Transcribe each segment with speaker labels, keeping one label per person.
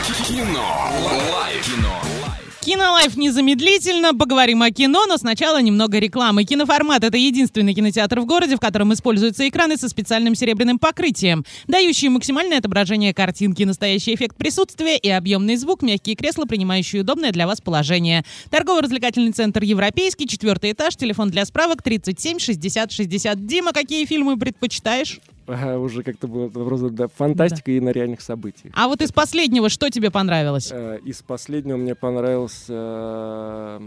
Speaker 1: Кино. Лайф. Кино.
Speaker 2: Кинолайф незамедлительно. Поговорим о кино, но сначала немного рекламы. Киноформат — это единственный кинотеатр в городе, в котором используются экраны со специальным серебряным покрытием, дающие максимальное отображение картинки, настоящий эффект присутствия и объемный звук, мягкие кресла, принимающие удобное для вас положение. Торгово-развлекательный центр «Европейский», четвертый этаж, телефон для справок 37 60 60. Дима, какие фильмы предпочитаешь?
Speaker 3: Ага, уже как-то было вопрос да, фантастика и на реальных событиях.
Speaker 2: А вот из последнего что тебе понравилось?
Speaker 3: Э, Из последнего мне понравился... э,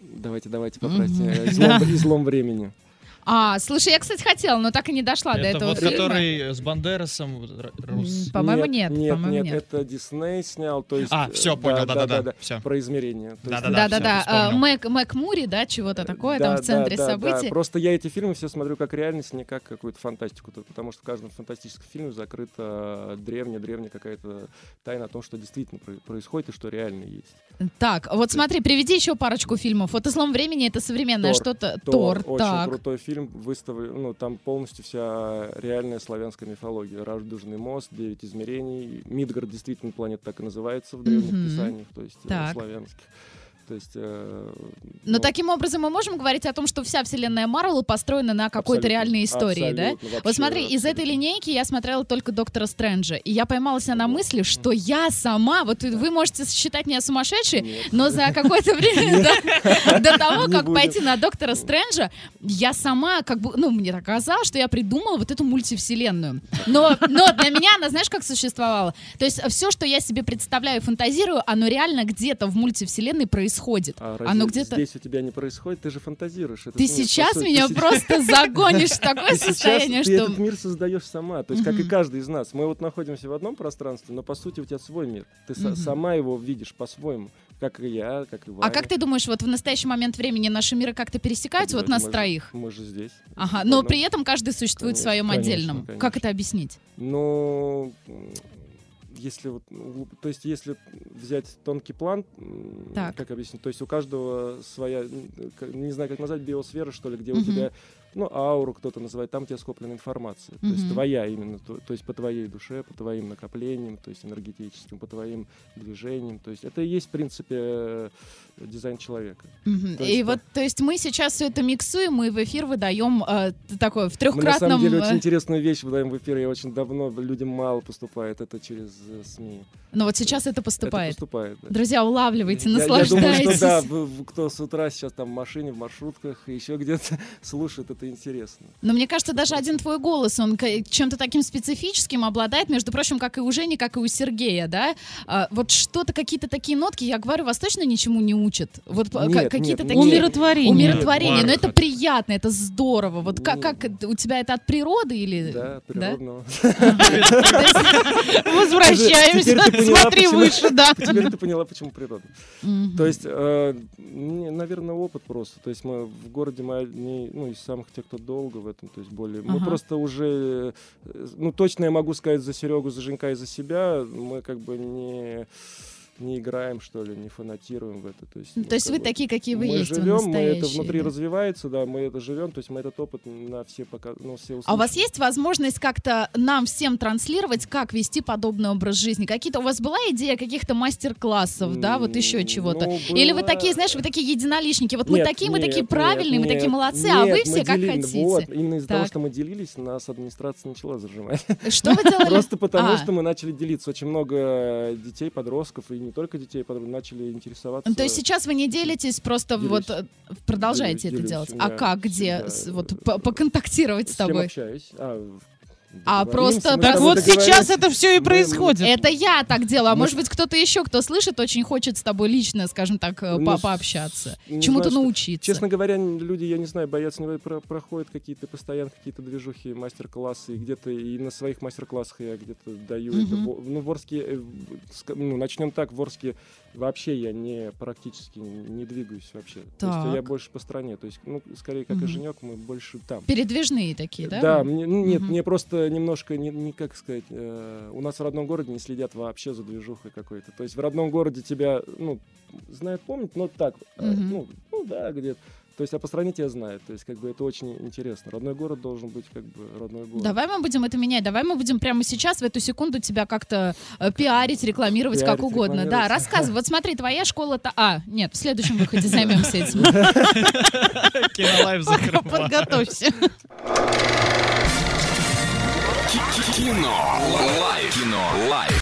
Speaker 3: Давайте, давайте, поправьте. э,
Speaker 2: Да.
Speaker 3: «Излом- Излом времени.
Speaker 4: А, слушай, я, кстати, хотела, но так и не дошла до
Speaker 5: Это
Speaker 4: этого
Speaker 5: вот
Speaker 4: фильма.
Speaker 5: который с Бандерасом вот, Р- Рус.
Speaker 4: М, По-моему, нет.
Speaker 3: Нет,
Speaker 4: по-моему,
Speaker 3: нет, это Дисней снял, то есть...
Speaker 5: А,
Speaker 3: э,
Speaker 5: всё, понял, да-да-да, всё.
Speaker 3: Про измерение. То есть-
Speaker 5: Да-да-да.
Speaker 4: Да, да,
Speaker 5: всё,
Speaker 4: да.
Speaker 5: вспомнил.
Speaker 4: а, Мэг, Мэг Мури, да, чего-то такое
Speaker 3: Да,
Speaker 4: там в
Speaker 3: да,
Speaker 4: центре
Speaker 3: да, да.
Speaker 4: событий.
Speaker 3: Просто я эти фильмы все смотрю как реальность, не как какую-то фантастику, то- потому что в каждом фантастическом фильме закрыта древняя-древняя какая-то тайна о том, что действительно про- происходит и что реально есть.
Speaker 4: Так, вот смотри, приведи еще парочку фильмов. Вот «Излом времени» — это современное
Speaker 3: Тор,
Speaker 4: что-то.
Speaker 3: Тор,
Speaker 4: Тор,
Speaker 3: очень
Speaker 4: так.
Speaker 3: крутой фильм, выставлен, ну, там полностью вся реальная славянская мифология. Радужный мост, девять измерений. Мидгард действительно планета так и называется в древних
Speaker 4: Мгм.
Speaker 3: писаниях, то есть э,
Speaker 4: Так.
Speaker 3: славянских. То есть, э,
Speaker 4: Но
Speaker 3: ну,
Speaker 4: таким образом мы можем говорить о том, что вся вселенная Марвел построена на
Speaker 3: абсолютно-
Speaker 4: какой-то реальной истории, да?
Speaker 3: абсолютно, вообще,
Speaker 4: Вот смотри, из этой
Speaker 3: абсолютно.
Speaker 4: линейки я смотрела только Доктора Стрэнджа, и я поймала себя на мысли, что я сама, вот вы можете считать меня сумасшедшей,
Speaker 3: Нет.
Speaker 4: но за какое-то время до- до того,
Speaker 3: Не
Speaker 4: как
Speaker 3: будем.
Speaker 4: пойти на Доктора Стрэнджа, я сама, как бы, ну, мне так казалось, что я придумала вот эту мультивселенную. Но, но для меня она, знаешь, как существовала? То есть все, что я себе представляю и фантазирую, оно реально где-то в мультивселенной происходит.
Speaker 3: А разве
Speaker 4: оно где-то...
Speaker 3: здесь у тебя не происходит, ты же фантазируешь. Это
Speaker 4: Ты
Speaker 3: же не
Speaker 4: сейчас
Speaker 3: происходит.
Speaker 4: меня
Speaker 3: Ну, Ты сейчас-
Speaker 4: просто загонишь в такое
Speaker 3: ты сейчас
Speaker 4: состояние,
Speaker 3: ты
Speaker 4: что...
Speaker 3: этот мир создаешь сама, то есть как и
Speaker 4: Мгм.
Speaker 3: каждый из нас. Мы вот находимся в одном пространстве, но по сути у тебя свой мир. Ты со-
Speaker 4: Мгм.
Speaker 3: сама его видишь по-своему, как и я, как и Ваня.
Speaker 4: А как ты думаешь, вот в настоящий момент времени наши миры как-то пересекаются, вот
Speaker 3: Давайте,
Speaker 4: нас
Speaker 3: мы же-
Speaker 4: троих?
Speaker 3: Мы же здесь.
Speaker 4: Ага,
Speaker 3: В
Speaker 4: но
Speaker 3: одном-
Speaker 4: при этом каждый существует в
Speaker 3: Конечно,
Speaker 4: своем
Speaker 3: конечно,
Speaker 4: отдельном. Как
Speaker 3: конечно.
Speaker 4: это объяснить?
Speaker 3: Ну, м, если вот, углуб- то есть если взять тонкий план, м,
Speaker 4: Так.
Speaker 3: как объяснить, то есть у каждого своя, м, к- не знаю, как назвать, биосфера, что ли, где у
Speaker 4: Мгм.
Speaker 3: тебя, ну, ауру кто-то называет, там у тебя скоплена информация, то есть
Speaker 4: Мгм.
Speaker 3: твоя именно, то, то есть по твоей душе, по твоим накоплениям, то есть энергетическим, по твоим движениям, то есть это и есть, в принципе, э, дизайн человека.
Speaker 4: Мгм.
Speaker 3: То
Speaker 4: И
Speaker 3: есть
Speaker 4: вот, то есть мы сейчас все это миксуем и в эфир выдаем э, т- такое в э,
Speaker 3: Мы на самом
Speaker 4: трехкратном...
Speaker 3: деле очень интересную вещь выдаем в эфире, и очень давно людям мало поступает, это через э, СМИ.
Speaker 4: Но ну вот сейчас это
Speaker 3: Это
Speaker 4: поступает.
Speaker 3: поступает, да.
Speaker 4: Друзья, улавливайте,
Speaker 3: Я- Я думаю,
Speaker 4: наслаждайтесь.
Speaker 3: что да, вы- вы- кто с утра сейчас там в машине, в маршрутках, и еще где-то слушает, это интересно.
Speaker 4: Но мне кажется, даже один твой голос, он к- чем-то таким специфическим обладает, между прочим, как и у Жени, как и у Сергея, да? А, вот что-то, какие-то такие нотки, я говорю, вас точно ничему не учат? Вот п-
Speaker 3: Нет,
Speaker 4: ка- какие-то
Speaker 3: нет,
Speaker 4: такие...
Speaker 3: нет.
Speaker 2: Умиротворение.
Speaker 4: Умиротворение, но это
Speaker 5: Бархат.
Speaker 4: приятно, это здорово. Вот как,
Speaker 3: Не.
Speaker 4: как это- у тебя это от природы или...
Speaker 3: Да, природного.
Speaker 2: Возвращаемся.
Speaker 3: Теперь ты поняла,
Speaker 2: Смотри
Speaker 3: почему-
Speaker 2: выше, да.
Speaker 3: Теперь ты поняла, почему природа.
Speaker 4: Мгм.
Speaker 3: То есть, э, не- наверное, опыт просто. То есть мы в городе мы одни, ну, из самых тех, кто долго в этом, то есть более. Мы
Speaker 4: Ага.
Speaker 3: просто уже, э, ну, точно я могу сказать за Серегу, за Женька и за себя, мы как бы не не играем, что ли, не фанатируем в это. То есть,
Speaker 4: Ну,
Speaker 3: мы
Speaker 4: То есть
Speaker 3: как
Speaker 4: вы
Speaker 3: бы-
Speaker 4: такие, какие вы
Speaker 3: мы
Speaker 4: есть, вы
Speaker 3: живем, мы это
Speaker 4: настоящие,
Speaker 3: внутри
Speaker 4: да.
Speaker 3: развивается, да, мы это живем, то есть мы этот опыт на все пока, ну, все
Speaker 4: А у
Speaker 3: услышим.
Speaker 4: вас есть возможность как-то нам всем транслировать, как вести подобный образ жизни? Какие-то у вас была идея каких-то мастер-классов, да, вот еще
Speaker 3: М,
Speaker 4: чего-то?
Speaker 3: ну,
Speaker 4: Или вы
Speaker 3: была-
Speaker 4: такие, знаешь, вы такие единоличники? Вот мы
Speaker 3: Нет,
Speaker 4: такие, мы
Speaker 3: нет,
Speaker 4: такие
Speaker 3: нет,
Speaker 4: правильные, мы
Speaker 3: нет,
Speaker 4: такие молодцы, а
Speaker 3: нет,
Speaker 4: вы
Speaker 3: мы
Speaker 4: все как
Speaker 3: делили- Вот,
Speaker 4: хотите.
Speaker 3: именно из-за того,
Speaker 4: Так.
Speaker 3: что мы делились, нас администрация начала зажимать.
Speaker 4: Что вы делали?
Speaker 3: Просто потому,
Speaker 4: А.
Speaker 3: что мы начали делиться. Очень много детей, подростков, и не только детей, подростков, начали интересоваться.
Speaker 4: Ну, То есть сейчас вы не делитесь, просто
Speaker 3: Делюсь.
Speaker 4: вот э, продолжаете
Speaker 3: Делюсь,
Speaker 4: это
Speaker 3: делюсь,
Speaker 4: делать.
Speaker 3: у
Speaker 4: А
Speaker 3: меня
Speaker 4: как, где,
Speaker 3: всегда,
Speaker 4: с- вот
Speaker 3: э,
Speaker 4: по- поконтактировать с
Speaker 3: с кем
Speaker 4: тобой?
Speaker 3: общаюсь? А, в-
Speaker 4: А,
Speaker 3: договоримся,
Speaker 4: просто
Speaker 3: мы с
Speaker 2: Так
Speaker 3: тобой
Speaker 2: вот сейчас
Speaker 3: договоримся.
Speaker 2: это все и
Speaker 3: Мы-
Speaker 2: происходит.
Speaker 4: Это я так делаю, а
Speaker 3: Мы-
Speaker 4: может быть кто-то еще, кто слышит, очень хочет с тобой лично, скажем так, э,
Speaker 3: Ну,
Speaker 4: по-
Speaker 3: с-
Speaker 4: пообщаться,
Speaker 3: не
Speaker 4: чему-то
Speaker 3: знаю, что-
Speaker 4: научиться.
Speaker 3: Честно говоря, н- люди, я не знаю, боятся, но про- проходят какие-то постоянно какие-то движухи, мастер-классы, и где-то и на своих мастер-классах я где-то даю это.
Speaker 4: Мгм.
Speaker 3: Во- Ну, в Орске, э, в- ска- ну, начнем так, в Орске вообще я не практически н- не двигаюсь вообще. То есть я
Speaker 4: Так.
Speaker 3: больше по стране, то есть, ну, скорее, как
Speaker 4: Мгм.
Speaker 3: и Женек, мы больше там.
Speaker 4: Передвижные такие, да? вы?
Speaker 3: мне, ну, нет,
Speaker 4: Мгм.
Speaker 3: мне просто немножко, не, не как сказать, э, у нас в родном городе не следят вообще за движухой какой-то. То есть в родном городе тебя, ну, знают, помнят, но так, э,
Speaker 4: Мгм.
Speaker 3: ну, ну да, где-то. То есть, а по стране тебя знают. То есть, как бы это очень интересно. Родной город должен быть, как бы, родной город.
Speaker 4: Давай мы будем это менять. Давай мы будем прямо сейчас, в эту секунду, тебя как-то э, пиарить, рекламировать,
Speaker 3: Пиарить,
Speaker 4: как угодно. Да,
Speaker 3: рекламировать.
Speaker 4: рассказывай. Вот смотри, твоя школа-то... А, нет, в следующем выходе займемся этим.
Speaker 5: Кинолайф закрывает.
Speaker 2: Подготовься.
Speaker 1: Кино. Лайф. Кино. Лайф.